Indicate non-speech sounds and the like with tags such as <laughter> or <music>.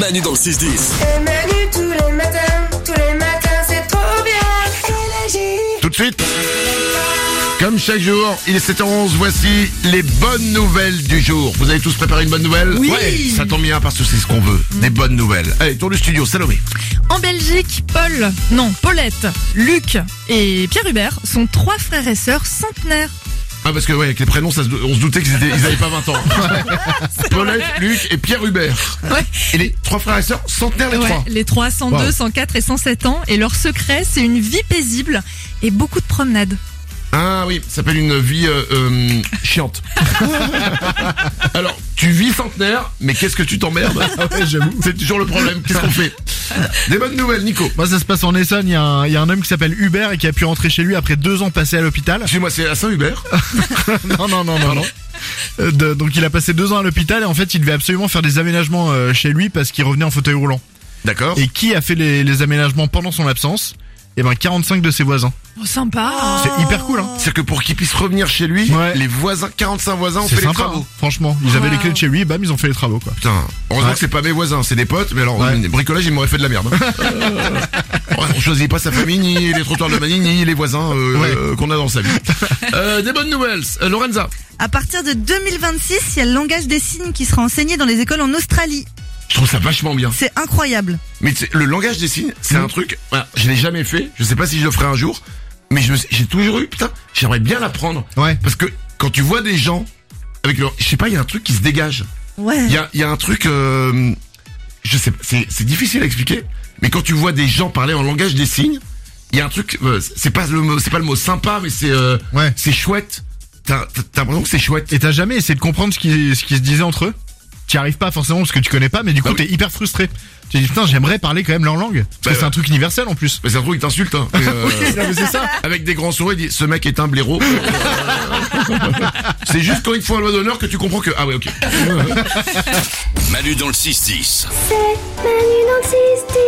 Manu dans le 6-10. Et Manu tous les matins, tous les matins c'est trop bien. Énergie. Tout de suite comme chaque jour, il est 7h11, voici les bonnes nouvelles du jour. Vous avez tous préparé une bonne nouvelle Oui. Ça tombe bien parce que c'est ce qu'on veut, des bonnes nouvelles. Allez, tour du studio, Salomé. En Belgique, Paul, non, Paulette, Luc et Pierre Hubert sont trois frères et sœurs centenaires. Ah parce que ouais, avec les prénoms, ça se dou- on se doutait qu'ils étaient- ils avaient pas 20 <laughs> ans. Paulette, Luc et Pierre Hubert. Ouais. Et les trois frères et sœurs, centenaires les Ouais, trois. les trois, 102, Wow. 104 et 107 ans. Et leur secret, c'est une vie paisible et beaucoup de promenades. Ah oui, ça s'appelle une vie euh, euh, <laughs> chiante. Alors, tu vis centenaire, mais qu'est-ce que tu t'emmerdes C'est toujours le problème, qu'est-ce qu'on fait Des bonnes nouvelles, Nico. Moi, ça se passe en Essonne. Il y, a un- il y a un homme qui s'appelle Hubert et qui a pu rentrer chez lui après deux ans passés à l'hôpital. Excuse-moi, c'est à Saint-Hubert. <laughs> non, non, non, non, non. Euh, de- donc, il a passé deux ans à l'hôpital et en fait, il devait absolument faire des aménagements euh, chez lui parce qu'il revenait en fauteuil roulant. D'accord. Et qui a fait les, les aménagements pendant son absence Eh ben, 45 de ses voisins. Oh, sympa C'est hyper cool, hein. C'est que pour qu'il puisse revenir chez lui, Ouais. les voisins, 45 voisins ont C'est fait les sympa, travaux. hein. franchement. Ils avaient Wow. les clés de chez lui, bam, ils ont fait les travaux, quoi. Putain, heureusement Ouais. que c'est pas mes voisins, c'est des potes, mais alors, Ouais. euh, bricolage, ils m'auraient fait de la merde. hein. <laughs> Ouais, on choisit pas sa famille, ni les trottoirs de Manille, ni les voisins euh, Ouais. euh, qu'on a dans <laughs> sa vie. Euh, des bonnes nouvelles, Euh, Lorenza. À partir de 2026, il y a le langage des signes qui sera enseigné dans les écoles en Australie. Je trouve ça vachement bien. C'est incroyable. Mais tu sais, le langage des signes, c'est Mm. un truc, voilà, je l'ai jamais fait, je sais pas si je le ferai un jour, mais je me suis- j'ai toujours eu, putain, j'aimerais bien l'apprendre. Ouais. Parce que quand tu vois des gens, avec leur, je sais pas, il y a un truc qui se dégage. Ouais. Il y a, il y a un truc, euh, je sais pas, c'est, c'est difficile à expliquer, mais quand tu vois des gens parler en langage des signes, il y a un truc, euh, c'est pas le mot, c'est pas le mot sympa, mais c'est, euh, Ouais. c'est chouette. T'as, t'as, t'as l'impression que c'est chouette. Et t'as jamais essayé de comprendre ce qui, ce qui se disait entre eux T'y arrives pas forcément parce que tu connais pas, mais du coup, Bah oui. t'es hyper frustré. Tu dis, putain, j'aimerais parler quand même leur langue. Parce Bah que ouais. c'est un truc universel en plus. Mais c'est un truc qui t'insulte, hein. Mais, euh, c'est ça. Avec des grands sourires, il dit, ce mec est un blaireau. c'est juste quand il te faut un loi d'honneur que tu comprends que, ah ouais, ok. Manu dans le 6-10. C'est Manu dans le 6-10.